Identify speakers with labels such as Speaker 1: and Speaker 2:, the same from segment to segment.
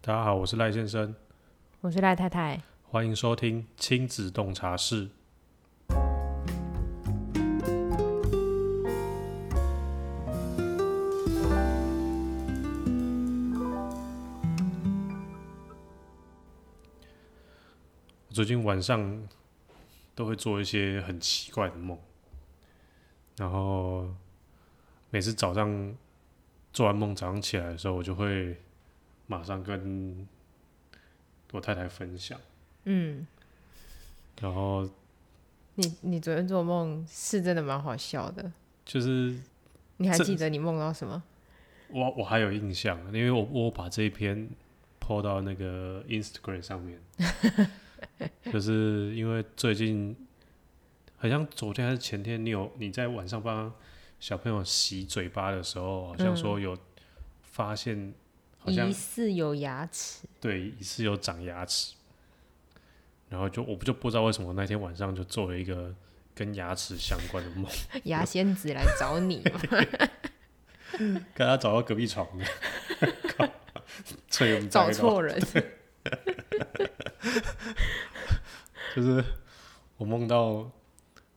Speaker 1: 大家好，我是赖先生，
Speaker 2: 我是赖太太。
Speaker 1: 欢迎收听亲子洞察室。我最近晚上都会做一些很奇怪的梦，然后每次早上做完梦，早上起来的时候，我就会马上跟我太太分享。
Speaker 2: 嗯，
Speaker 1: 然后
Speaker 2: 你你昨天做梦是真的蛮好笑的，
Speaker 1: 就是
Speaker 2: 你还
Speaker 1: 这
Speaker 2: 记得你梦到什么？
Speaker 1: 我我还有印象，因为我我把这一篇 po 到那个 Instagram 上面， 就是因为最近好像昨天还是前天，你有你在晚上帮小朋友洗嘴巴的时候，好像说有发现，好像
Speaker 2: 嗯疑似有牙齿，
Speaker 1: 对疑似有长牙齿，然后就我不就不知道为什么那天晚上就做了一个跟牙齿相关的梦，
Speaker 2: 牙仙子来找你 嘛。
Speaker 1: 跟他找到隔壁床 的，靠所以我们
Speaker 2: 找
Speaker 1: 一个
Speaker 2: 错人，
Speaker 1: 就是我梦到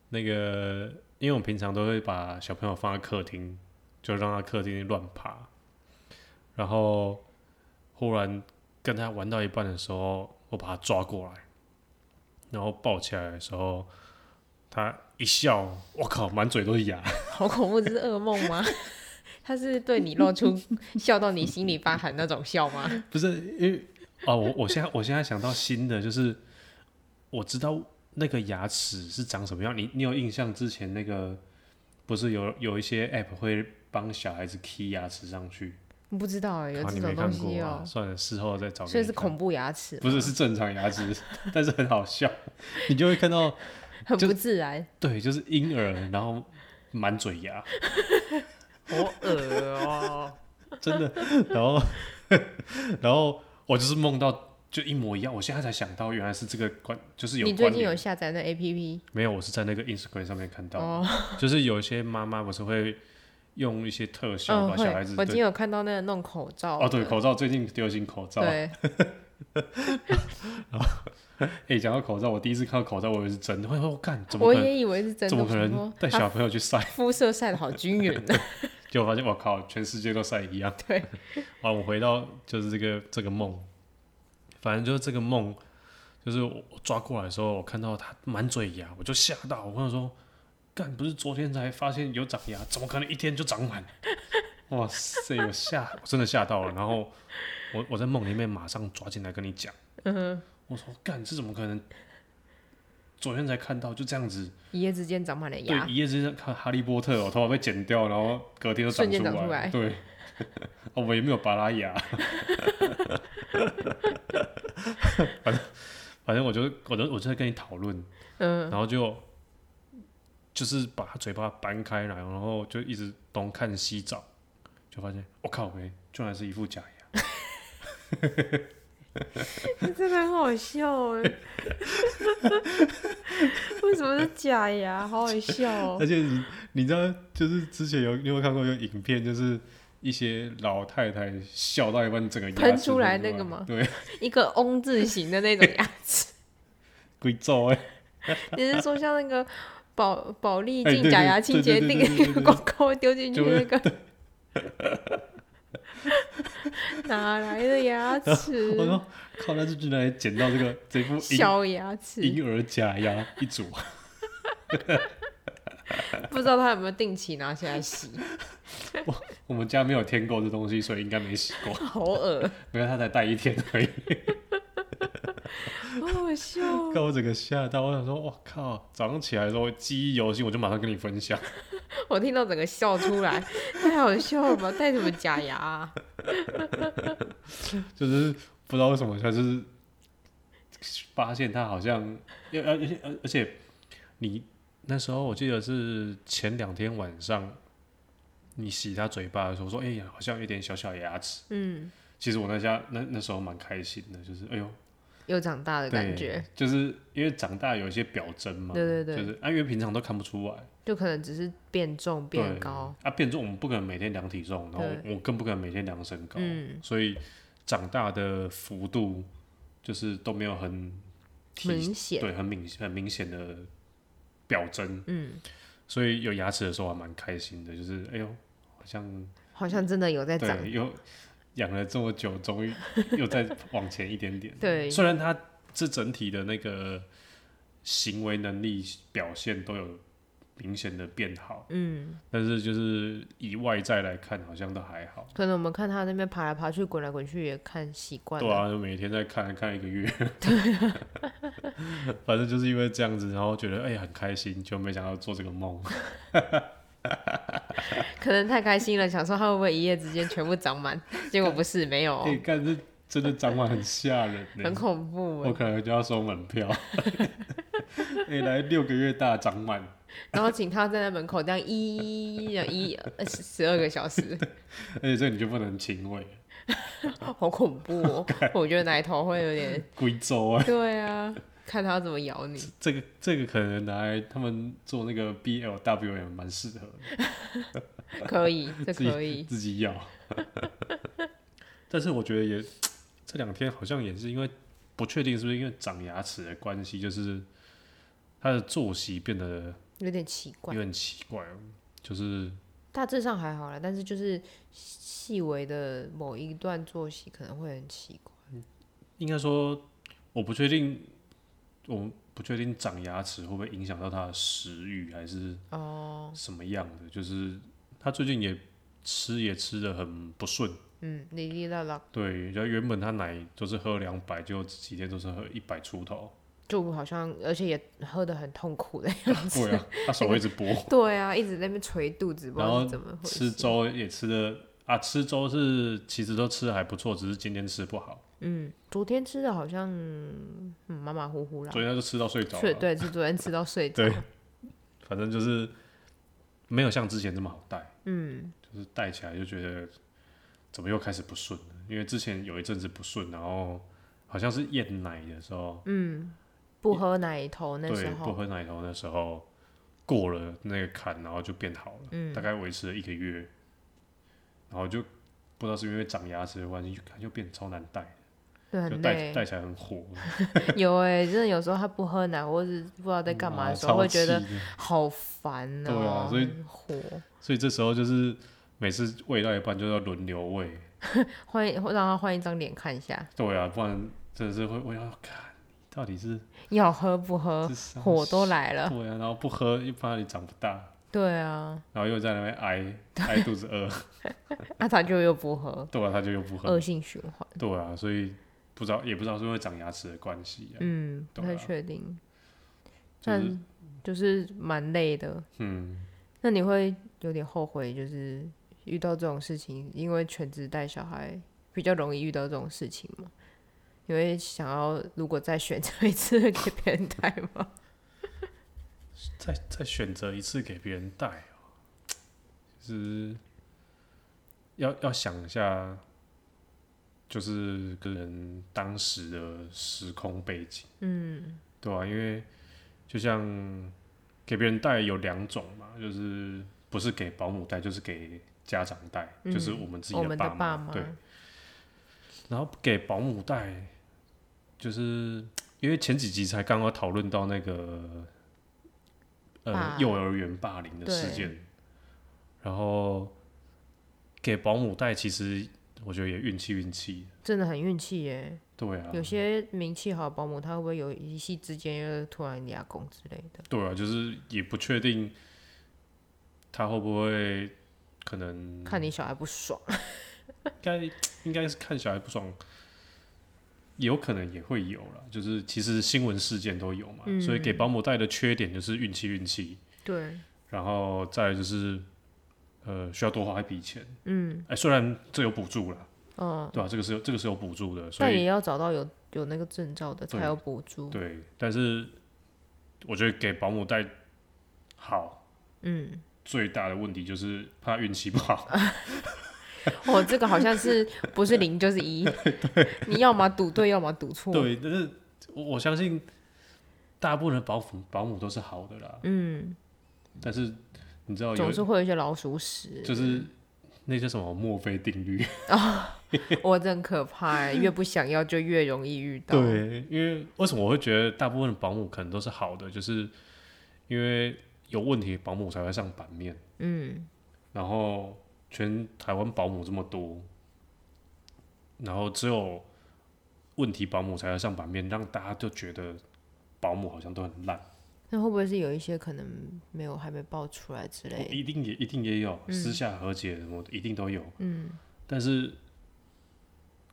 Speaker 1: 那个，因为我平常都会把小朋友放在客厅，就让他客厅乱爬，然后忽然跟他玩到一半的时候，我把他抓过来，然后抱起来的时候，他一笑，我靠，满嘴都是牙，
Speaker 2: 好恐怖！这是噩梦吗？ 他是对你露出笑到你心里发寒那种笑吗？
Speaker 1: 不是因为哦，我我现在我现在想到新的，就是我知道那个牙齿是长什么样。你你有印象之前那个不是有有一些 app 会帮小孩子 key 牙齿上去？
Speaker 2: 不知道哎、有
Speaker 1: 啊，
Speaker 2: 这
Speaker 1: 你
Speaker 2: 种
Speaker 1: 没看
Speaker 2: 东
Speaker 1: 过
Speaker 2: 西
Speaker 1: 啊？
Speaker 2: 哦、
Speaker 1: 算了，事后再找给你看。
Speaker 2: 所以是恐怖牙齿，
Speaker 1: 不是是正常牙齿， 但是很好笑，你就会看到
Speaker 2: 很
Speaker 1: 就
Speaker 2: 不自然，
Speaker 1: 对，就是婴儿，然后满嘴牙，
Speaker 2: 好恶哦、
Speaker 1: 真的。然后 然后我就是梦到就一模一样，我现在才想到原来是这个关，就是有
Speaker 2: 你
Speaker 1: 关
Speaker 2: 最
Speaker 1: 联。
Speaker 2: 近有下载那 APP
Speaker 1: 没有，我是在那个 Instagram 上面看到的，
Speaker 2: 哦？
Speaker 1: 就是有一些妈妈不是会用一些特效
Speaker 2: 嗯，
Speaker 1: 把
Speaker 2: 会
Speaker 1: 小孩子、
Speaker 2: 我
Speaker 1: 对
Speaker 2: 今天有看到那个弄口罩的，
Speaker 1: 哦对口罩最近流行口罩，哎、
Speaker 2: 对，
Speaker 1: 讲到口罩，我第一次看到口罩，我以为是真的，我我看怎么
Speaker 2: 我
Speaker 1: 可能
Speaker 2: 也以为是真的，
Speaker 1: 怎么可
Speaker 2: 我想
Speaker 1: 能
Speaker 2: 说
Speaker 1: 带
Speaker 2: 他
Speaker 1: 小朋友去晒？
Speaker 2: 肤色晒的好均 匀的，
Speaker 1: 结果发现我靠，全世界都晒一样。
Speaker 2: 对，
Speaker 1: 啊，我回到就是这个这个梦，反正就是这个梦，就是我我抓过来的时候，我看到他满嘴牙，我就吓到，我跟他说，干，不是昨天才发现有长牙，怎么可能一天就长满？ 哇塞，我吓，我真的吓到了。然后我我在梦里面马上抓进来跟你讲，
Speaker 2: 嗯，
Speaker 1: 我说干，这怎么可能？昨天才看到，就这样子，
Speaker 2: 一夜之间长满了
Speaker 1: 对
Speaker 2: 牙，，
Speaker 1: 一夜之间看《哈利波特》，哦我头发被剪掉，然后隔天就长
Speaker 2: 瞬间
Speaker 1: 出来。
Speaker 2: 长出来
Speaker 1: 对， 哦，我也没有拔拉牙。 反正反正我就我就我就在跟你讨论，
Speaker 2: 嗯，
Speaker 1: 然后就就是把他嘴巴搬开来，然后就一直东看西找，就发现我、靠喂，居然是一副假牙。
Speaker 2: 真的很好笑哎， 为什么是假牙？好好笑哦
Speaker 1: 而，且你你知道，就是之前有你有没有看过有影片，就是一些老太太笑到一半，整个牙齿
Speaker 2: 喷出来
Speaker 1: 都
Speaker 2: 那个吗
Speaker 1: 对，
Speaker 2: 一个翁字形的那种牙 齿，
Speaker 1: 鬼咒哎。
Speaker 2: 你是说像那个保保利
Speaker 1: 哎对
Speaker 2: 净
Speaker 1: 对
Speaker 2: 假牙清洁
Speaker 1: 对对
Speaker 2: 定
Speaker 1: 对对
Speaker 2: 那
Speaker 1: 对
Speaker 2: 个
Speaker 1: 对
Speaker 2: 广告丢进去
Speaker 1: 就
Speaker 2: 那
Speaker 1: 是
Speaker 2: 个？ 哪来的 牙齿
Speaker 1: 我？说靠，他是居然捡到这个这副婴
Speaker 2: 嗯小牙齿，
Speaker 1: 婴儿假牙一组，
Speaker 2: 不知道他有没有定期拿下来洗，
Speaker 1: 我们家没有添购这东西，所以应该没洗过，
Speaker 2: 好恶，
Speaker 1: 没有他才戴一天而已，
Speaker 2: 好好笑哦。
Speaker 1: 看我整个吓到，我想说，我靠，早上起来的时候记忆犹新，我就马上跟你分享，
Speaker 2: 我听到整个笑出来，太好笑了吧？戴什么假牙、啊？
Speaker 1: 就是不知道为什么，就是发现他好像，因为而而且而且你那时候我记得是前两天晚上。你洗他嘴巴的时候说：“哎、呀，好像有点小小牙齿。
Speaker 2: 嗯，”
Speaker 1: 其实我那家那那时候蛮开心的，就是哎呦，
Speaker 2: 又长大的
Speaker 1: 对，
Speaker 2: 感觉，
Speaker 1: 就是因为长大有一些表征嘛，
Speaker 2: 对对对
Speaker 1: 就是啊，因为平常都看不出来，
Speaker 2: 就可能只是变重变
Speaker 1: 对
Speaker 2: 高。
Speaker 1: 啊，变重我们不可能每天量体重，然后我更不可能每天量身高，
Speaker 2: 嗯
Speaker 1: 所以长大的幅度就是都没有很体
Speaker 2: 明显，
Speaker 1: 对很明很明显的表征，
Speaker 2: 嗯，
Speaker 1: 所以有牙齿的时候还蛮开心的，就是哎呦，好像
Speaker 2: 好像真的有在长，
Speaker 1: 对又养了这么久，终于又再往前一点点。
Speaker 2: 对
Speaker 1: 虽然他这整体的那个行为能力表现都有明显的变好，
Speaker 2: 嗯，
Speaker 1: 但是就是以外在来看，好像都还好。
Speaker 2: 可能我们看他那边爬来爬去、滚来滚去也看习惯
Speaker 1: 对
Speaker 2: 了，
Speaker 1: 啊，就每天在看看一个月。 反正就是因为这样子，然后觉得哎、很开心，就没想到做这个梦。
Speaker 2: 可能太开心了，想说他会不会一夜之间全部 长满，结果不是，没有哦，
Speaker 1: 哎、看这真的长满很吓人呢、
Speaker 2: 很恐怖
Speaker 1: 我
Speaker 2: 哎。
Speaker 1: 可能就要收门票。 哎、来六个月大长满，
Speaker 2: 然后请他站在门口这样一，这样一呃十十二个小时，
Speaker 1: 而且哎这你就不能亲喂，
Speaker 2: 好恐怖 哦！我觉得奶头会有点，
Speaker 1: 贵州啊，
Speaker 2: 对啊，看他要怎么咬你。
Speaker 1: 这个这个可能拿来他们做那个 BLW 也蛮适合的，
Speaker 2: 可以，这
Speaker 1: 自己
Speaker 2: 可以。
Speaker 1: 自己咬。 但是我觉得也这两天好像也是因为不确定是不是因为长牙齿的关系，就是他的作息变得
Speaker 2: 有点奇
Speaker 1: 有
Speaker 2: 怪，
Speaker 1: 点奇怪哦，就是
Speaker 2: 大致上还好啦，但是就是细微的某一段作息可能会很奇怪。
Speaker 1: 应该说，我不确定，我不确定长牙齿会不会影响到他的食欲，还是哦什么样的。就是他最近也吃也吃的很不顺，
Speaker 2: 嗯，哩哩啦啦，
Speaker 1: 对，然后原本他奶都是喝两百，就几天都是喝一百出头，
Speaker 2: 就好像而且也喝得很痛苦的样 子。
Speaker 1: 对啊，他手一直拨，
Speaker 2: 对啊，一直在那边捶肚子，不知
Speaker 1: 然
Speaker 2: 道
Speaker 1: 后
Speaker 2: 是 怎么回
Speaker 1: 吃
Speaker 2: 事。
Speaker 1: 粥也吃的啊，吃粥是其实都吃的还不错，只是今天吃不好，
Speaker 2: 嗯，昨天吃的好像嗯马马虎虎啦，
Speaker 1: 昨天他就吃到睡着
Speaker 2: 睡
Speaker 1: 了，
Speaker 2: 对，是昨天吃到睡着。
Speaker 1: 对反正就是没有像之前这么好带。
Speaker 2: 嗯，
Speaker 1: 就是带起来就觉得怎么又开始不顺了？因为之前有一阵子不顺，然后好像是厌奶的时候，
Speaker 2: 不喝奶头哦那时
Speaker 1: 对，不
Speaker 2: 候，
Speaker 1: 喝奶头那时候过了那个坎，然后就变好了，
Speaker 2: 嗯
Speaker 1: 大概维持了一个月，然后就不知道是因为长牙齿的关系，就感觉又变超难带，
Speaker 2: 对，
Speaker 1: 就
Speaker 2: 很
Speaker 1: 带
Speaker 2: 累。
Speaker 1: 带起来很火，
Speaker 2: 有哎、真的有时候他不喝奶，或是不知道在干嘛
Speaker 1: 啊
Speaker 2: 的时候，
Speaker 1: 超
Speaker 2: 会觉得
Speaker 1: 气的
Speaker 2: 好烦哦、
Speaker 1: 对啊所以
Speaker 2: 很火。
Speaker 1: 所以这时候就是每次喂到一半就要轮流喂，
Speaker 2: 换一让他换一张脸看一下，
Speaker 1: 对啊，不然真的是会我要看你到底是
Speaker 2: 要喝不喝
Speaker 1: 是，啥
Speaker 2: 呃火都来了。
Speaker 1: 对啊，然后不喝又怕你长不大，
Speaker 2: 对啊，
Speaker 1: 然后又在那边挨 挨肚子饿，
Speaker 2: 那、他就又不喝，
Speaker 1: 对啊，他就又不
Speaker 2: 恶
Speaker 1: 喝，
Speaker 2: 性循环。
Speaker 1: 对啊，所以不知道也不知道是因为长牙齿的关系、啊，
Speaker 2: 嗯，不
Speaker 1: 对啊
Speaker 2: 太确定，
Speaker 1: 就是
Speaker 2: 但就是蛮累的。
Speaker 1: 嗯，
Speaker 2: 那你会有点后悔，就是遇到这种事情，因为全职带小孩比较容易遇到这种事情吗？你会想要如果再选择一次 给别人带吗？
Speaker 1: 再再选择一次给别人带、哦，就是要要想一下，就是个人当时的时空背景，
Speaker 2: 嗯，
Speaker 1: 对啊，因为就像给别人带有两种嘛，就是不是给保姆带，就是给家长带，
Speaker 2: 嗯
Speaker 1: 就是我们自己
Speaker 2: 我们的
Speaker 1: 爸
Speaker 2: 爸妈
Speaker 1: 对。然后给保姆带，就是因为前几集才刚刚讨论到那个呃
Speaker 2: 霸
Speaker 1: 幼儿园霸凌的事
Speaker 2: 对
Speaker 1: 件，然后给保姆带，其实我觉得也运气运气，
Speaker 2: 真的很运气耶。
Speaker 1: 对啊，
Speaker 2: 有些名气好的保姆，他会不会有一夕之间又突然俩拱之类的？
Speaker 1: 对啊，就是也不确定他会不会可能
Speaker 2: 看你小孩不爽，
Speaker 1: 应该应该是看小孩不爽，有可能也会有啦。就是其实新闻事件都有嘛，
Speaker 2: 嗯
Speaker 1: 所以给保姆带的缺点就是运气运气，
Speaker 2: 对，
Speaker 1: 然后再来就是呃需要多花一笔钱。
Speaker 2: 嗯，
Speaker 1: 哎、虽然这有补助啦，
Speaker 2: 哦，
Speaker 1: 对吧、这个是有这个是有补助的，所
Speaker 2: 但也
Speaker 1: 以
Speaker 2: 要找到有有那个证照的才
Speaker 1: 对
Speaker 2: 有补助，
Speaker 1: 对，但是我觉得给保姆带好
Speaker 2: 嗯，
Speaker 1: 最大的问题就是怕运气不好。
Speaker 2: 哦，这个好像是 不是零就是一， 你要么赌对，要么赌错，
Speaker 1: 对，但是我我相信大部分的保姆保姆都是好的啦，
Speaker 2: 嗯，
Speaker 1: 但是你知道有
Speaker 2: 总是会有一些老鼠屎，
Speaker 1: 就是那叫什么墨菲定律。
Speaker 2: 我真可怕欸，越不想要就越容易遇到。
Speaker 1: 对，因为为什么我会觉得大部分的保姆可能都是好的，就是因为有问题的保姆才会上版面。
Speaker 2: 嗯，
Speaker 1: 然后全台湾保姆这么多，然后只有问题保姆才会上版面，让大家就觉得保姆好像都很烂。
Speaker 2: 那会不会是有一些可能没有还没爆出来之类的？
Speaker 1: 一定也一定也有、私下和解什么的一定都有，
Speaker 2: 嗯，
Speaker 1: 但是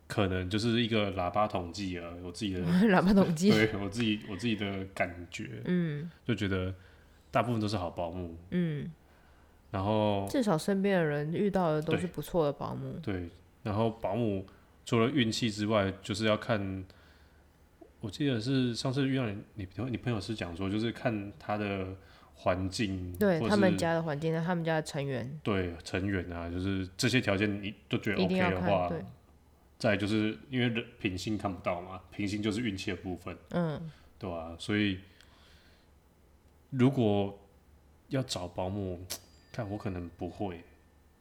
Speaker 1: 可能就是一个喇叭统计啊，我自己的
Speaker 2: 喇叭统 计，
Speaker 1: 对我自己我自己的感觉，
Speaker 2: 嗯
Speaker 1: 就觉得大部分都是好保姆，
Speaker 2: 嗯，
Speaker 1: 然后
Speaker 2: 至少身边的人遇到的都
Speaker 1: 哦
Speaker 2: 是
Speaker 1: 对嗯
Speaker 2: 不错的保姆。
Speaker 1: 对，然后保姆除了运气之外，就是要看。我记得是上次遇到你，你朋友你朋友是讲说，就是看他的环境，
Speaker 2: 对
Speaker 1: 或
Speaker 2: 他们
Speaker 1: 是
Speaker 2: 家的环境，他们家的成员
Speaker 1: 对成员啊，就是这些条件你都觉得
Speaker 2: 一
Speaker 1: OK
Speaker 2: 定要
Speaker 1: 的话
Speaker 2: 看。，对，
Speaker 1: 再来就是因为人品性看不到嘛，品性就是运气的部分，
Speaker 2: 嗯，
Speaker 1: 对吧、所以如果要找保姆，看我可能不会，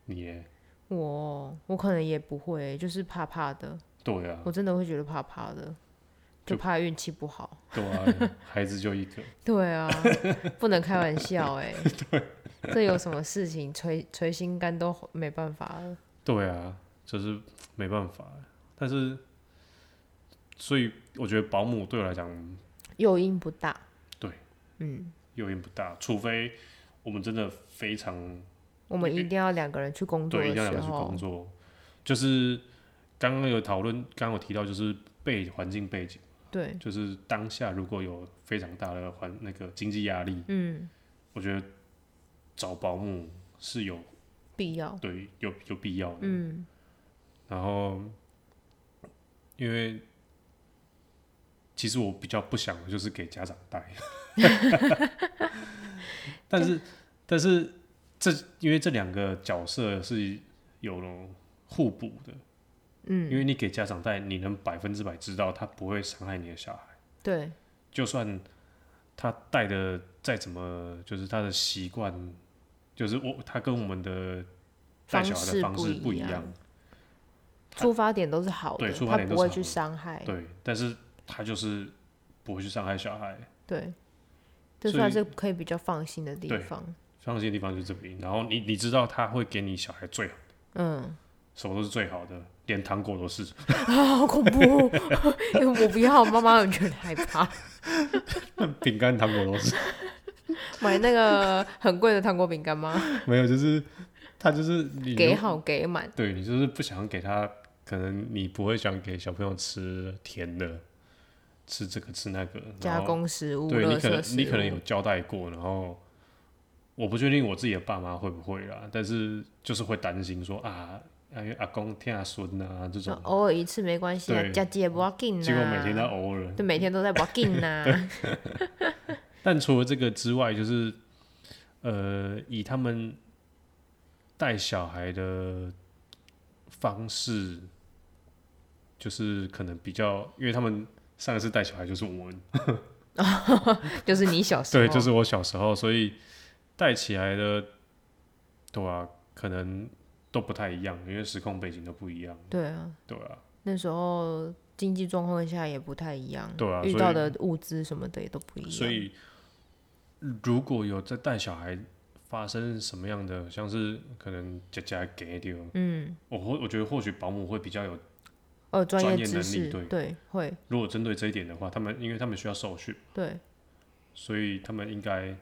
Speaker 1: 你耶
Speaker 2: 我我可能也不会，就是怕怕的，
Speaker 1: 对啊，
Speaker 2: 我真的会觉得怕怕的，就
Speaker 1: 就
Speaker 2: 怕运气不好。
Speaker 1: 对啊， 孩子就一个，
Speaker 2: 对啊，不能开玩 笑哎、这有什么事情捶捶心肝都没办法了。
Speaker 1: 对啊，就是没办法，但是所以我觉得保姆对我来讲
Speaker 2: 诱因不大。
Speaker 1: 对，
Speaker 2: 嗯，
Speaker 1: 诱因不大，除非我们真的非常
Speaker 2: 我们一定要两个人去工作
Speaker 1: 对，一
Speaker 2: 的
Speaker 1: 定要
Speaker 2: 时
Speaker 1: 两个去
Speaker 2: 候
Speaker 1: 工，作，就是刚刚有讨论，刚刚有提到就是背环境背景。
Speaker 2: 对，
Speaker 1: 就是当下如果有非常大的环那个经济压力，
Speaker 2: 嗯，
Speaker 1: 我觉得找保姆是有
Speaker 2: 必要，
Speaker 1: 对有有必要的。
Speaker 2: 嗯，
Speaker 1: 然后，因为其实我比较不想的就是给家长带，但是但是这因为这两个角色是有互补的，嗯，因为你给家长带，你能百分之百知道他不会伤害你的小孩。
Speaker 2: 对，
Speaker 1: 就算他带的再怎么，就是他的习惯，就是我他跟我们的带小孩的
Speaker 2: 方
Speaker 1: 方式
Speaker 2: 式不
Speaker 1: 不
Speaker 2: 一
Speaker 1: 一
Speaker 2: 样
Speaker 1: 样，他
Speaker 2: 出发点都是好的，
Speaker 1: 对出
Speaker 2: 他
Speaker 1: 发点
Speaker 2: 不
Speaker 1: 都是
Speaker 2: 会
Speaker 1: 好
Speaker 2: 去
Speaker 1: 的
Speaker 2: 伤害，
Speaker 1: 对，但是他就是不会去伤害小孩，
Speaker 2: 对，这
Speaker 1: 所
Speaker 2: 算
Speaker 1: 以
Speaker 2: 是可以比较放心的地
Speaker 1: 对
Speaker 2: 方。
Speaker 1: 放心的地方就是这边。然后你你知道他会给你小孩最好，
Speaker 2: 嗯，
Speaker 1: 什么都是最好的，连糖果都是，
Speaker 2: 啊， 好恐怖！我不要，妈妈很觉得害怕。
Speaker 1: 饼干、糖果都是，
Speaker 2: 买那个很贵的糖果饼干吗？
Speaker 1: 没有，就是他就是你如
Speaker 2: 给好给满，
Speaker 1: 对你就是不想给他，可能你不会想给小朋友吃甜的，吃这个吃那个，然
Speaker 2: 加
Speaker 1: 后
Speaker 2: 工食物、
Speaker 1: 对
Speaker 2: 垃
Speaker 1: 你可
Speaker 2: 圾
Speaker 1: 能
Speaker 2: 食物，
Speaker 1: 你可能有交代过，然后我不确定我自己的爸妈会不会啦，但是就是会担心说啊，哎阿公听阿孙啊这种，
Speaker 2: 啊偶尔一次没关系啊，
Speaker 1: 对
Speaker 2: 加几也不要紧啊。
Speaker 1: 结果每天都偶尔。
Speaker 2: 对，每天都在 w a l k i n 呐、
Speaker 1: 但除了这个之外，就是呃，以他们带小孩的方式，就是可能比较，因为他们上一次带小孩就是我们
Speaker 2: 就是你小时候，
Speaker 1: 对，就是我小时候，所以带起来的，对啊，可能都不太一样，因为时空背景都不一样，
Speaker 2: 对啊，
Speaker 1: 对啊，
Speaker 2: 那时候经济状况下也不太一样，
Speaker 1: 对啊
Speaker 2: 遇
Speaker 1: 所以
Speaker 2: 到的物资什么的也都不一样，
Speaker 1: 所以如果有在带小孩发生什么样的，像是可能姐姐给丢，
Speaker 2: 嗯，
Speaker 1: 我或我觉得或许保姆会比较有，
Speaker 2: 呃，专
Speaker 1: 专
Speaker 2: 业
Speaker 1: 业
Speaker 2: 知
Speaker 1: 能
Speaker 2: 识，
Speaker 1: 力对
Speaker 2: 会
Speaker 1: 如果针对这一点的话，他们因为他们需要受训，
Speaker 2: 对
Speaker 1: 所以他们应该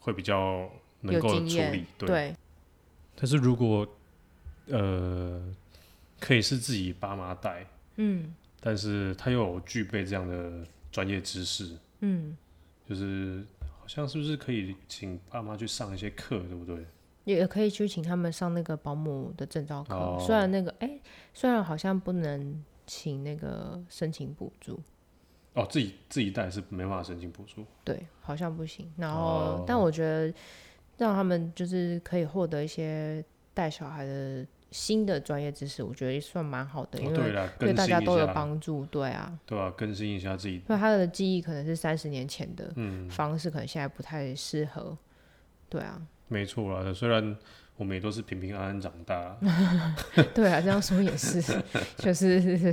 Speaker 1: 会比较能
Speaker 2: 有
Speaker 1: 够
Speaker 2: 经
Speaker 1: 处
Speaker 2: 验
Speaker 1: 理，，但是如果呃可以是自己爸妈带，
Speaker 2: 嗯
Speaker 1: 但是他又有具备这样的专业知识，
Speaker 2: 嗯，
Speaker 1: 就是好像是不是可以请爸妈去上一些课，对不对？
Speaker 2: 也可以去请他们上那个保姆的证照课，
Speaker 1: 哦
Speaker 2: 虽然那个哎、虽然好像不能请那个申请补助，
Speaker 1: 哦，自己自己带是没办法申请补助，
Speaker 2: 对，好像不行。然后，
Speaker 1: 哦
Speaker 2: 但我觉得让他们就是可以获得一些带小孩的新的专业知识，我觉得也算蛮好的，
Speaker 1: 哦
Speaker 2: 因
Speaker 1: 对
Speaker 2: 为
Speaker 1: 啦，
Speaker 2: 对
Speaker 1: 更
Speaker 2: 大
Speaker 1: 新
Speaker 2: 家
Speaker 1: 一
Speaker 2: 都有
Speaker 1: 下，
Speaker 2: 帮助。对啊，
Speaker 1: 对吧、更新一下自己，
Speaker 2: 因为他的记忆可能是三十年前的
Speaker 1: 嗯，
Speaker 2: 方式，可能现在不太适合。对啊，
Speaker 1: 没错啦，虽然我们也都是平平安安长 大，
Speaker 2: 对啊，这样说也 是，就是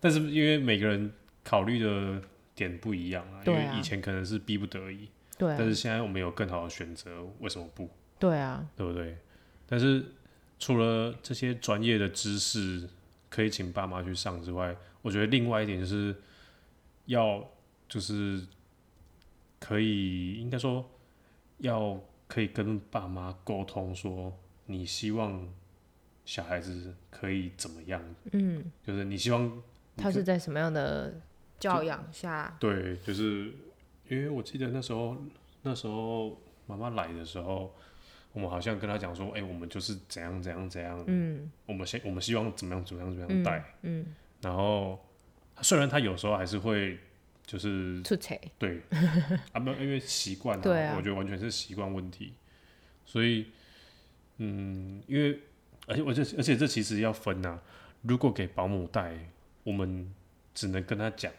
Speaker 1: 但是因为每个人考虑的点不一样啊，因
Speaker 2: 对
Speaker 1: 为
Speaker 2: 啊
Speaker 1: 以前可能是逼不得已，
Speaker 2: 对
Speaker 1: 但
Speaker 2: 啊
Speaker 1: 是，现在我们有更好的选择，为什么不？
Speaker 2: 对啊，
Speaker 1: 对不对？但是除了这些专业的知识可以请爸妈去上之外，我觉得另外一点就是要就是可以应该说要可以跟爸妈沟通说你希望小孩子可以怎么样，
Speaker 2: 嗯，
Speaker 1: 就是你希望你
Speaker 2: 他
Speaker 1: 可
Speaker 2: 是在什么样的教养下？
Speaker 1: 对，就是因为我记得那时候，那时候妈妈来的时候，我们好像跟她讲说，哎、我们就是怎样怎样怎样，
Speaker 2: 嗯
Speaker 1: 我们希我们希望怎么样怎么样怎么样
Speaker 2: 嗯
Speaker 1: 带。
Speaker 2: 嗯，
Speaker 1: 然后虽然她有时候还是会就是
Speaker 2: 出差，
Speaker 1: 对啊，没有因为习惯、啊，
Speaker 2: 对啊
Speaker 1: 我觉得完全是习惯问题。所以，嗯，因为而且我这而且这其实要分呐、如果给保姆带，我们只能跟她讲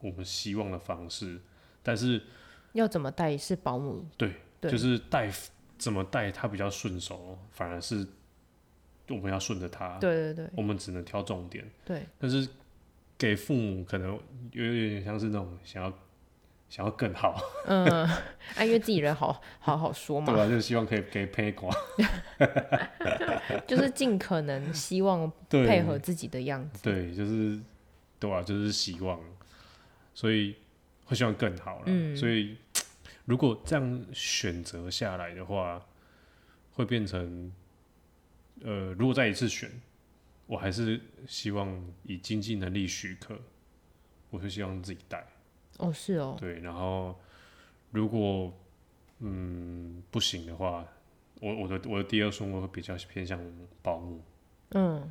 Speaker 1: 我们希望的方式，但是
Speaker 2: 要怎么带是保姆，
Speaker 1: 对，
Speaker 2: 对
Speaker 1: 就是带怎么带她比较顺手，反而是我们要顺着她，
Speaker 2: 对对对
Speaker 1: 我们只能挑重点。
Speaker 2: 对，
Speaker 1: 但是给父母可能有有点像是那种想要想要更好。
Speaker 2: 嗯，啊，因为自己人好好好说
Speaker 1: 对
Speaker 2: 嘛，
Speaker 1: 吧、就希望可以给配瓜，
Speaker 2: 就是尽可能希望
Speaker 1: 对，
Speaker 2: 配合自己的样子，
Speaker 1: 对，就是对吧、就是希望，所以会希望更好了。
Speaker 2: 嗯
Speaker 1: 所以如果这样选择下来的话，会变成呃，如果再一次选，我还是希望以经济能力许可，我会希望自己带。
Speaker 2: 哦，是哦，
Speaker 1: 对，然后如果嗯不行的话，我我的我的第二顺位会比较偏向保姆。
Speaker 2: 嗯，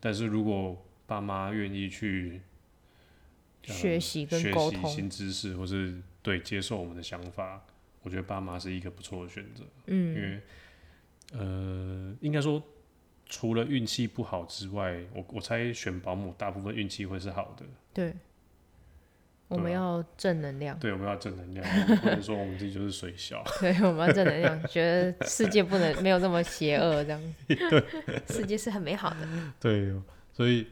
Speaker 1: 但是如果爸妈愿意去、呃
Speaker 2: 学习跟
Speaker 1: 学
Speaker 2: 沟
Speaker 1: 习
Speaker 2: 通，
Speaker 1: 新知识，或是对接受我们的想法，我觉得爸妈是一个不错的选择，因
Speaker 2: 嗯
Speaker 1: 为呃，应该说除了运气不好之外，我我猜选保姆大部分运气会是好的。
Speaker 2: 对，
Speaker 1: 啊
Speaker 2: 我们
Speaker 1: 对啊
Speaker 2: 要正能量。
Speaker 1: 对，我们要正能量，我们不能说我们自己就是水小。
Speaker 2: 对，我们要正 能量，觉得世界不能没有那么邪恶，这样。世界是很美好的。
Speaker 1: 对，所以。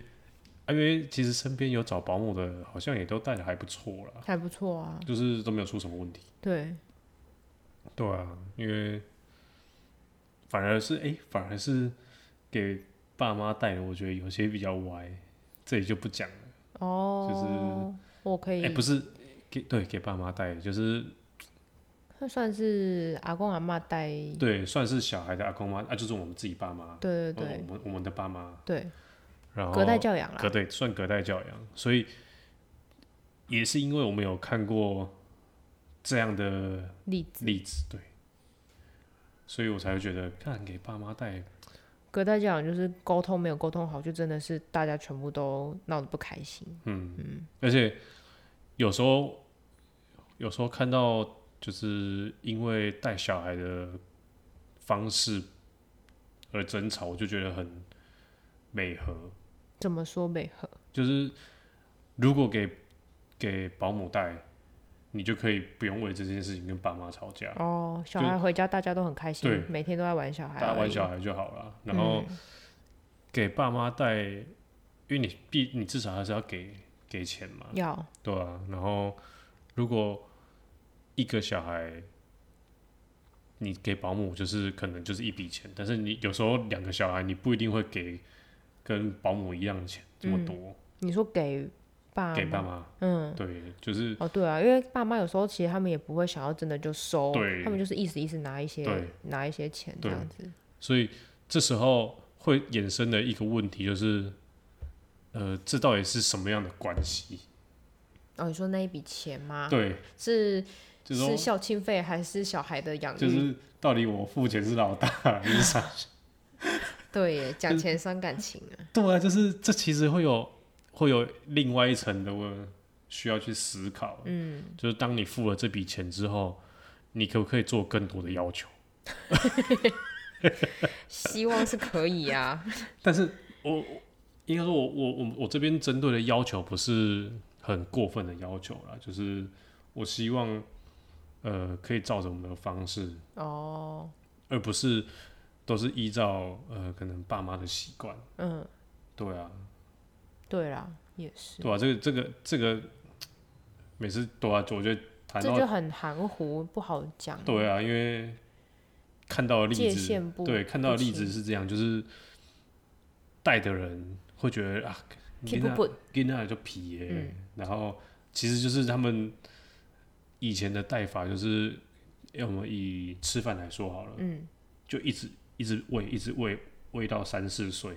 Speaker 1: 啊因为其实身边有找保姆的，好像也都带的还不错啦，
Speaker 2: 还不错啊。
Speaker 1: 就是都没有出什么问题。
Speaker 2: 对，
Speaker 1: 对啊，因为反而是哎、诶反而是给爸妈带的，我觉得有些比较歪，这里就不讲了。
Speaker 2: 哦，我可
Speaker 1: 哎、
Speaker 2: 以，
Speaker 1: 不是给对给爸妈带，就是
Speaker 2: 那算是阿公阿妈带。
Speaker 1: 对，算是小孩的阿公妈啊，就是我们自己爸妈，
Speaker 2: 对对
Speaker 1: 呃
Speaker 2: 对
Speaker 1: 我们我们的爸妈，
Speaker 2: 对，
Speaker 1: 然后
Speaker 2: 隔代教养
Speaker 1: 哦隔
Speaker 2: 啦。
Speaker 1: 对算隔代教养，所以也是因为我们有看过这样的
Speaker 2: 例子，
Speaker 1: 例子，对，所以我才会觉得看给爸妈带
Speaker 2: 隔代教养就是沟通没有沟通好，就真的是大家全部都闹得不开心。
Speaker 1: 嗯，而且有时候有时候看到，就是因为带小孩的方式而争吵，我就觉得很美和。
Speaker 2: 怎么说美和？
Speaker 1: 就是如果给给保姆带，你就可以不用为这件事情跟爸妈吵架，
Speaker 2: 哦，小
Speaker 1: 啊就
Speaker 2: 孩回家大家都很开心
Speaker 1: 对，
Speaker 2: 每天都在玩小孩而
Speaker 1: 大
Speaker 2: 已。
Speaker 1: 家玩小孩就好了。然后
Speaker 2: 嗯
Speaker 1: 给爸妈带，因为你必你至少还是要给给钱嘛，
Speaker 2: 要
Speaker 1: 对啊，然后如果一个小孩，你给保姆就是可能就是一笔钱，但是你有时候两个小孩你不一定会给跟保姆一样的钱这么
Speaker 2: 嗯
Speaker 1: 多、
Speaker 2: 你说给爸
Speaker 1: 给爸
Speaker 2: 妈，
Speaker 1: 妈，
Speaker 2: 嗯，
Speaker 1: 对，就是
Speaker 2: 哦，对啊，因为爸妈有时候其实他们也不会想要真的就收，
Speaker 1: 对
Speaker 2: 他们就是意思意思拿一些
Speaker 1: 对
Speaker 2: 拿一些钱这
Speaker 1: 对
Speaker 2: 样子。
Speaker 1: 所以这时候会衍生的一个问题就是，呃，这到底是什么样的关系？
Speaker 2: 哦，你说那一笔钱吗？，
Speaker 1: 对，
Speaker 2: 是
Speaker 1: 就是是说
Speaker 2: 校庆费还是小孩的养育？
Speaker 1: 就是到底我付钱是老大还是啥？
Speaker 2: 对耶，讲钱伤感情啊。
Speaker 1: 对啊，就是这其实会有会有另外一层的问需要去思考，
Speaker 2: 嗯，
Speaker 1: 就是当你付了这笔钱之后，你可不可以做更多的要求？
Speaker 2: 希望是可以啊。
Speaker 1: 但是我我应该说我，我我我这边针对的要求不是很过分的要求啦，就是我希望呃可以照着我们的方式，
Speaker 2: 哦，
Speaker 1: 而不是都是依照呃可能爸妈的习惯。
Speaker 2: 嗯，
Speaker 1: 对啊，
Speaker 2: 对啦，也是，
Speaker 1: 对啊，这个这个这个每次对啊，我觉得谈
Speaker 2: 这就
Speaker 1: 到
Speaker 2: 很含糊，不好讲。
Speaker 1: 对啊，因为看到的例
Speaker 2: 界
Speaker 1: 子
Speaker 2: 限不
Speaker 1: 对，看到的
Speaker 2: 不
Speaker 1: 例子
Speaker 2: 清
Speaker 1: 是这样，就是带的人会觉得啊，
Speaker 2: 踢
Speaker 1: 跟
Speaker 2: 不
Speaker 1: 那
Speaker 2: 不，
Speaker 1: 跟那就皮耶、
Speaker 2: 嗯
Speaker 1: 然后其实就是他们以前的带法，就是要么以吃饭来说好了，
Speaker 2: 嗯，
Speaker 1: 就一直一直喂，一直喂，喂到三四岁，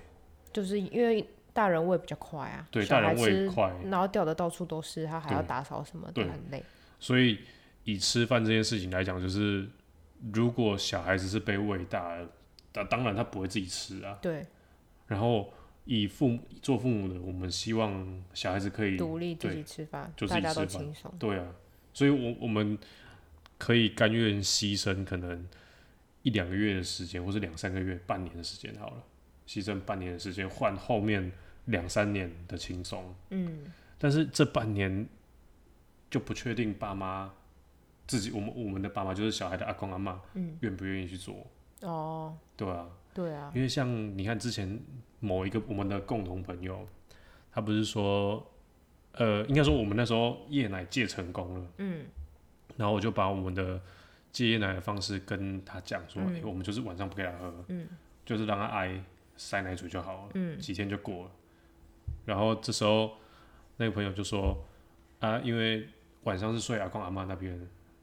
Speaker 2: 就是因为大人喂比较快啊，
Speaker 1: 对，
Speaker 2: 小
Speaker 1: 大
Speaker 2: 孩
Speaker 1: 人喂
Speaker 2: 吃，
Speaker 1: 快，
Speaker 2: 然后掉的到处都是，他还要
Speaker 1: 对
Speaker 2: 打扫什么的，
Speaker 1: 对
Speaker 2: 很累。
Speaker 1: 所以以吃饭这件事情来讲，就是如果小孩子是被喂大的，那当然他不会自己吃啊，
Speaker 2: 对，
Speaker 1: 然后以父母做父母的，我们希望小孩子可以
Speaker 2: 独立
Speaker 1: 嗯
Speaker 2: 自
Speaker 1: 对
Speaker 2: 己吃饭
Speaker 1: 就，自
Speaker 2: 大
Speaker 1: 己
Speaker 2: 家都
Speaker 1: 吃饭
Speaker 2: 轻松。
Speaker 1: 对啊，所以我我们可以甘愿牺牲可能一两个月的时间，或是两三个月、半年的时间好了，牺牲半年的时间换后面两三年的轻松。
Speaker 2: 嗯，
Speaker 1: 但是这半年就不确定爸妈自己，我们我们的爸妈就是小孩的阿公阿妈，
Speaker 2: 嗯，
Speaker 1: 愿不愿意去做？
Speaker 2: 哦，
Speaker 1: 对啊，
Speaker 2: 对啊，
Speaker 1: 因为像你看之前某一个我们的共同朋友，他不是说，呃，应该说我们那时候夜奶戒成功了，嗯，然后我就把我们的戒夜奶的方式跟他讲说，哎、
Speaker 2: 嗯
Speaker 1: 我们就是晚上不给他喝，
Speaker 2: 嗯，
Speaker 1: 就是让他挨塞奶嘴就好了，
Speaker 2: 嗯
Speaker 1: 几天就过了。然后这时候那个朋友就说，啊，因为晚上是睡阿公阿妈那边，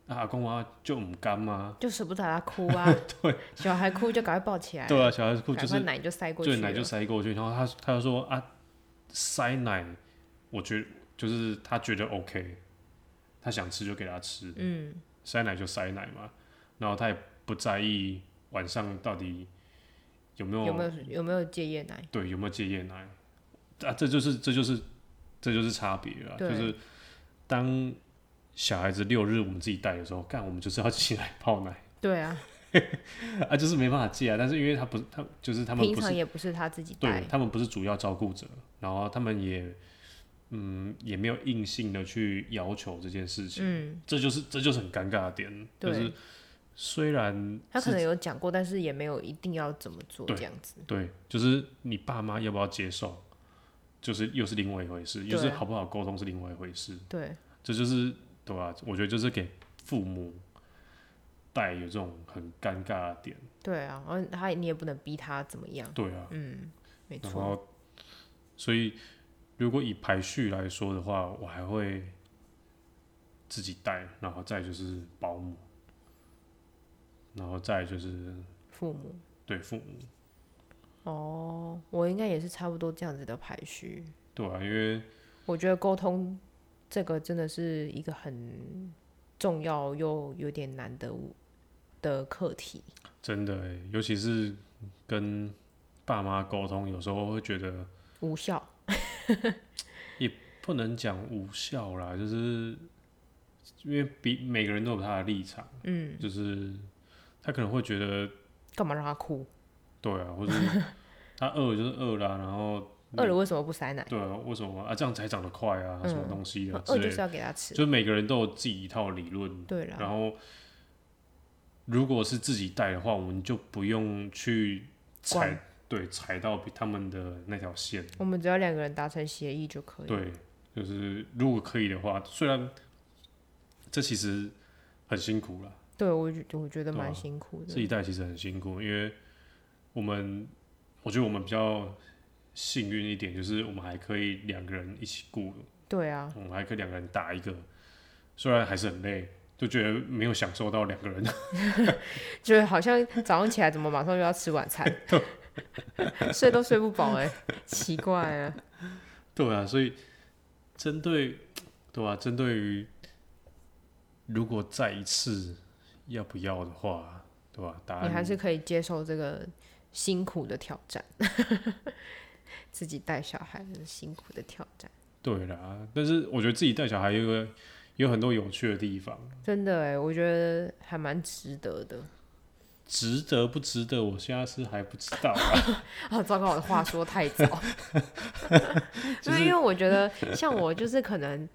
Speaker 1: 啊、阿公阿妈就很干嘛，
Speaker 2: 就舍不得他哭啊， 对，小孩哭就赶快抱起来，
Speaker 1: 对啊，小孩子哭就
Speaker 2: 哎赶
Speaker 1: 是
Speaker 2: 快奶就塞过去
Speaker 1: 对，
Speaker 2: 了，
Speaker 1: 奶就塞过去。然后他他就说啊，塞奶，我觉得就是他觉得 OK，他想吃就给他吃，
Speaker 2: 嗯，
Speaker 1: 塞奶就塞奶嘛。然后他也不在意晚上到底有没有
Speaker 2: 有没有有没有戒夜奶？
Speaker 1: 对有没有戒夜奶啊，这就是这就是这就是差别啊，就
Speaker 2: 对
Speaker 1: 是当小孩子六日我们自己带的时候，干我们就是要起来泡奶
Speaker 2: 对啊，
Speaker 1: 啊，就是没办法戒啊。但是因为他不是他就是他们
Speaker 2: 平
Speaker 1: 不是
Speaker 2: 常也不是他自己带
Speaker 1: 对，他们不是主要照顾者，然后他们也嗯也没有硬性的去要求这件事情，
Speaker 2: 嗯，
Speaker 1: 这就是这就是很尴尬的点，就
Speaker 2: 对
Speaker 1: 是虽然
Speaker 2: 他可
Speaker 1: 是
Speaker 2: 能有讲过，但是也没有一定要怎么做
Speaker 1: 对
Speaker 2: 这样子。
Speaker 1: 对，就是你爸妈要不要接受，就是又是另外一回事，又是
Speaker 2: 对
Speaker 1: 好不好沟通是另外一回事，
Speaker 2: 对，
Speaker 1: 这就是对吧、我觉得就是给父母带有这种很尴尬的点，
Speaker 2: 对啊，然后他你也不能逼他怎么样，
Speaker 1: 对啊，
Speaker 2: 嗯，没
Speaker 1: 然
Speaker 2: 错，
Speaker 1: 后，所以如果以排序来说的话，我还会自己带，然后再就是保姆，然后再就是
Speaker 2: 父母。
Speaker 1: 对父母，
Speaker 2: 哦，我应该也是差不多这样子的排序。
Speaker 1: 对啊，因为
Speaker 2: 我觉得沟通这个真的是一个很重要又有点难的的课题。
Speaker 1: 真的欸、尤其是跟爸妈沟通，有时候会觉得
Speaker 2: 无效，
Speaker 1: 不能讲无效啦，就是因为比每个人都有他的立场，
Speaker 2: 嗯，
Speaker 1: 就是他可能会觉得
Speaker 2: 干嘛让他哭？
Speaker 1: 对啊，或者 他饿就是饿啦，然后
Speaker 2: 饿了为什么不塞奶？
Speaker 1: 对啊，为什么啊？这样才长得快啊，
Speaker 2: 嗯
Speaker 1: 什么东西啊之
Speaker 2: 饿
Speaker 1: 类
Speaker 2: 就
Speaker 1: 的，
Speaker 2: 是要给他吃。
Speaker 1: 就是啊每个人都有自己一套理论。
Speaker 2: 对了，
Speaker 1: 然后，如果是自己带的话，我们就不用去踩
Speaker 2: 管，
Speaker 1: 对，踩到比他们的那条线。
Speaker 2: 我们只要两个人达成协议就可以。
Speaker 1: 对，就是如果可以的话，虽然这其实很辛苦啦，
Speaker 2: 对，我觉我觉得
Speaker 1: 对啊
Speaker 2: 蛮辛苦
Speaker 1: 自己
Speaker 2: 的。
Speaker 1: 带其实很辛苦，因为我们我觉得我们比较幸运一点，就是我们还可以两个人一起顾
Speaker 2: 对啊，
Speaker 1: 我们还可以两个人打一个，虽然还是很累，就觉得没有享受到两个人。
Speaker 2: 就是好像早上起来怎么马上就要吃晚餐，睡都睡不饱哎、奇怪啊。
Speaker 1: 对啊，所以针对对啊，针对于如果再一次要不要的话，对吧、答案
Speaker 2: 你还是可以接受这个辛苦的挑战， 自己带小孩的辛苦的挑战，
Speaker 1: 对啦。但是我觉得自己带小孩有一个有很多有趣的地方，
Speaker 2: 真的哎、我觉得还蛮值得的。
Speaker 1: 值得不值得，我现在是还不知道 啊。
Speaker 2: 啊，糟糕，我的话说太早。 就是因为我觉得，像我就是可能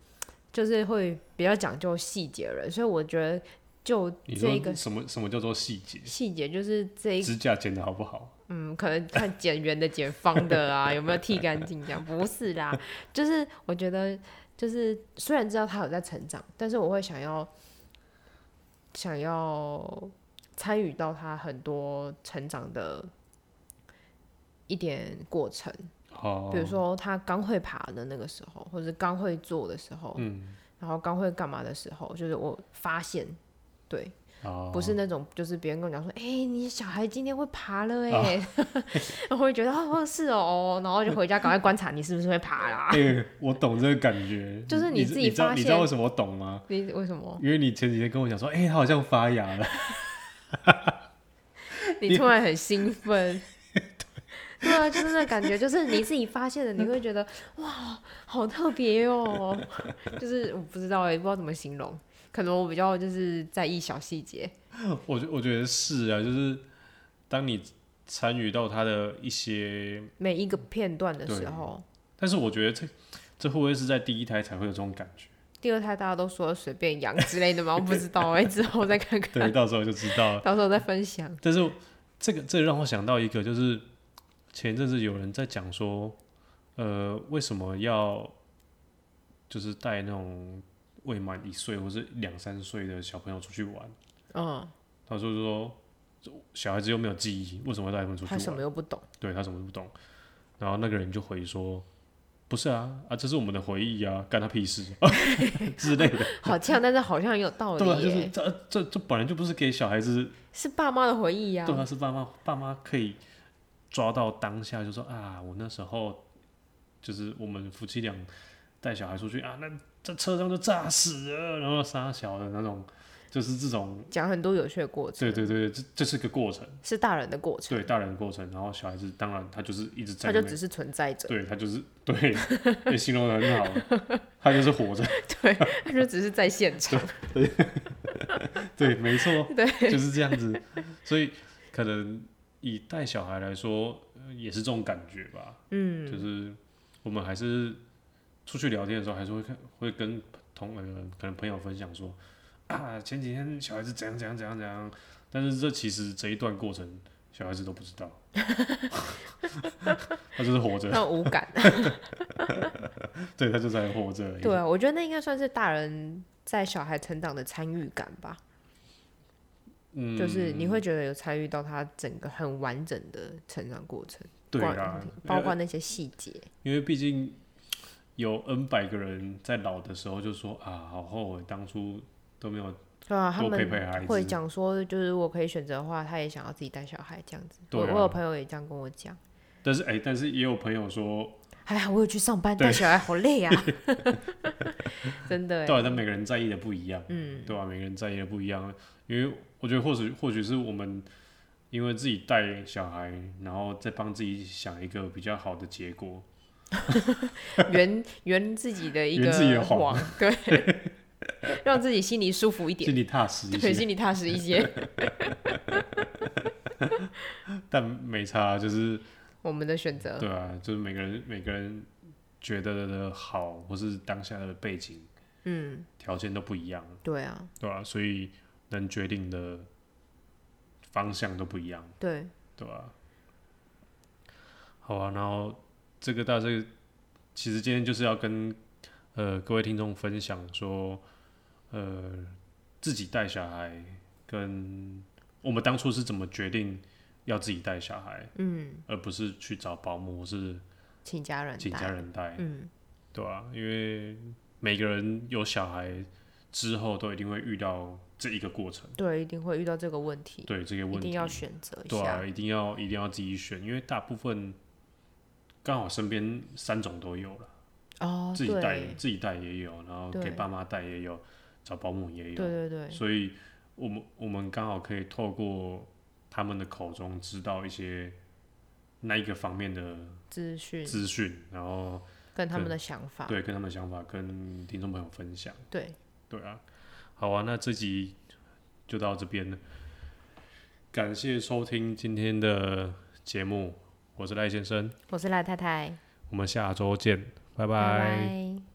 Speaker 2: 就是会比较讲究细节的人，所以我觉得就
Speaker 1: 你
Speaker 2: 这一
Speaker 1: 说
Speaker 2: 个
Speaker 1: 什么什么叫做细节？
Speaker 2: 细节，就是这一
Speaker 1: 指甲剪的好不好？
Speaker 2: 嗯，可能看剪圆的、剪方的啊， 有没有剃干净这样？不是啦，就是我觉得，就是虽然知道他有在成长，但是我会想要想要参与到他很多成长的一点过程，
Speaker 1: 哦，
Speaker 2: 比如说他刚会爬的那个时候，或者刚会坐的时候，
Speaker 1: 嗯，
Speaker 2: 然后刚会干嘛的时候，就是我发现，对，
Speaker 1: 哦，
Speaker 2: 不是那种，就是别人跟我讲说，哎、你小孩今天会爬了
Speaker 1: 哦
Speaker 2: 哎、 我会觉得哦是哦，然后就回家赶快观察你是不是会爬啦。
Speaker 1: 哎、我懂这个感觉，
Speaker 2: 就是
Speaker 1: 你
Speaker 2: 你自己
Speaker 1: 知道
Speaker 2: 发
Speaker 1: 你知道
Speaker 2: 现
Speaker 1: 为什么我懂吗？
Speaker 2: 你为什么？
Speaker 1: 因为你前几天跟我讲说，哎、它好像发芽了，
Speaker 2: 你突然很兴 奋？对啊，就是那感觉，就是你自己发现的，你会觉得哇，好特别哦。就是我不知道哎、不知道怎么形容，可能我比较就是在意小细节。
Speaker 1: 我觉我觉得是啊，就是当你参与到它的一些，
Speaker 2: 每一个片段的时
Speaker 1: 嗯对
Speaker 2: 候，
Speaker 1: 但是我觉得这这会不会是在第一胎才会有这种感觉？
Speaker 2: 第二胎大家都说随便养之类的嘛，我不知道哎、之后再看看，
Speaker 1: 对，到时候就知道了。
Speaker 2: 到时候再分享。
Speaker 1: 但是这个这个让我想到一个，就是前一阵子有人在讲说，呃，为什么要就是带那种未满一岁或是两三岁的小朋友出去玩？
Speaker 2: 嗯。
Speaker 1: 他说说小孩子又没有记忆，为什么要带他们出去
Speaker 2: 他什
Speaker 1: 玩？
Speaker 2: 么又不懂，
Speaker 1: 对他什么都不懂。然后那个人就回说。不是啊，啊，这是我们的回忆啊，干他屁 事之类的。
Speaker 2: 好呛，但是好像很有道理
Speaker 1: 对啊，就
Speaker 2: 耶，
Speaker 1: 是这这这本来就不是给小孩子
Speaker 2: 是爸妈的回忆呀、
Speaker 1: 对啊，是爸妈，爸妈可以抓到当下，就说啊，我那时候就是我们夫妻俩带小孩出去啊，那在车上就炸死了，然后杀小的那种，就是这种，
Speaker 2: 讲很多有趣的过程，
Speaker 1: 对对对，这这是个过程，
Speaker 2: 是大人的过程，
Speaker 1: 对大人的过程，然后小孩子当然他就是一直在
Speaker 2: 他
Speaker 1: 那
Speaker 2: 就
Speaker 1: 边
Speaker 2: 只，是存 在着，
Speaker 1: 对他就是对，也形容的很好，他就是活着，
Speaker 2: 对，他就只是在现场，
Speaker 1: 对，没错，
Speaker 2: 对，
Speaker 1: 就是这样子，所以可能以带小孩来说，呃也是这种感觉吧。
Speaker 2: 嗯，
Speaker 1: 就是我们还是出去聊天的时候，还是会看，会跟同呃可能朋友分享说啊，前几天小孩子怎样怎样怎样怎样，但是这其实这一段过程小孩子都不知 道， 他就是活着，
Speaker 2: 那无感，
Speaker 1: 对他就在活着而已，
Speaker 2: 对啊，我觉得那应该算是大人在小孩成长的参与感吧，
Speaker 1: 嗯，
Speaker 2: 就是你会觉得有参与到他整个很完整的成长过程，
Speaker 1: 对啊
Speaker 2: 包
Speaker 1: 啦，
Speaker 2: 包括那些细节，
Speaker 1: 因为毕竟有 N 百个人在老的时候就说啊，好后悔当初都没有
Speaker 2: 对啊，他
Speaker 1: 多陪
Speaker 2: 们
Speaker 1: 陪孩
Speaker 2: 会
Speaker 1: 子，
Speaker 2: 讲说，就是我可以选择的话，他也想要自己带小孩这样子，我
Speaker 1: 对啊
Speaker 2: 我有朋友也这样跟我讲。
Speaker 1: 但是哎、但是也有朋友说
Speaker 2: 哎呀，我有去上班，
Speaker 1: 对
Speaker 2: 带小孩好 累啊，真的
Speaker 1: 对啊，
Speaker 2: 欸。
Speaker 1: 但每个人在意的不一样，嗯，对吧、每个人在意的不一样，因为我觉得或许或许是我们因为自己带小孩，然后再帮自己想一个比较好的结果，
Speaker 2: 圆圆自己的一
Speaker 1: 圆
Speaker 2: 个
Speaker 1: 自己的谎
Speaker 2: 谎，对， 让自己心里舒服一点，
Speaker 1: 心里踏实一
Speaker 2: 对，
Speaker 1: 些。
Speaker 2: 心里踏实一些。
Speaker 1: 但没差，就是
Speaker 2: 我们的选择，
Speaker 1: 对啊，就是每个人每个人觉得的好，或是当下的背景
Speaker 2: 嗯，
Speaker 1: 条件都不一样，
Speaker 2: 对啊，
Speaker 1: 对吧、所以能决定的方向都不一样。
Speaker 2: 对，
Speaker 1: 对吧、好啊，然后这个大致其实今天就是要跟呃各位听众分享说，呃自己带小孩跟我们当初是怎么决定要自己带小孩，
Speaker 2: 嗯，
Speaker 1: 而不是去找保姆或是
Speaker 2: 请家人
Speaker 1: 请
Speaker 2: 带
Speaker 1: 家，人带，
Speaker 2: 嗯，
Speaker 1: 对吧、因为每个人有小孩之后都一定会遇到这一个过程，
Speaker 2: 对，一定会遇到这个问题，
Speaker 1: 对这个问
Speaker 2: 一
Speaker 1: 题
Speaker 2: 定要选择一
Speaker 1: 对啊，
Speaker 2: 下，
Speaker 1: 一定要一定要自己选，因为大部分刚好身边三种都有了，
Speaker 2: 哦，
Speaker 1: 自己带
Speaker 2: 对，
Speaker 1: 自己带也有，然后
Speaker 2: 对
Speaker 1: 给爸妈带也有，找保姆也
Speaker 2: 对
Speaker 1: 有，
Speaker 2: 对对，
Speaker 1: 所以我们我们刚好可以透过他们的口中知道一些那一个方面的
Speaker 2: 资讯
Speaker 1: 资讯，然后
Speaker 2: 跟他们的想法，
Speaker 1: 对跟他们的想法跟听众朋友分享，
Speaker 2: 对，
Speaker 1: 对啊，好啊，那这集就到这边了。感谢收听今天的节目，我是赖先生。
Speaker 2: 我是赖太太，
Speaker 1: 我们下周见，拜拜。
Speaker 2: 拜拜。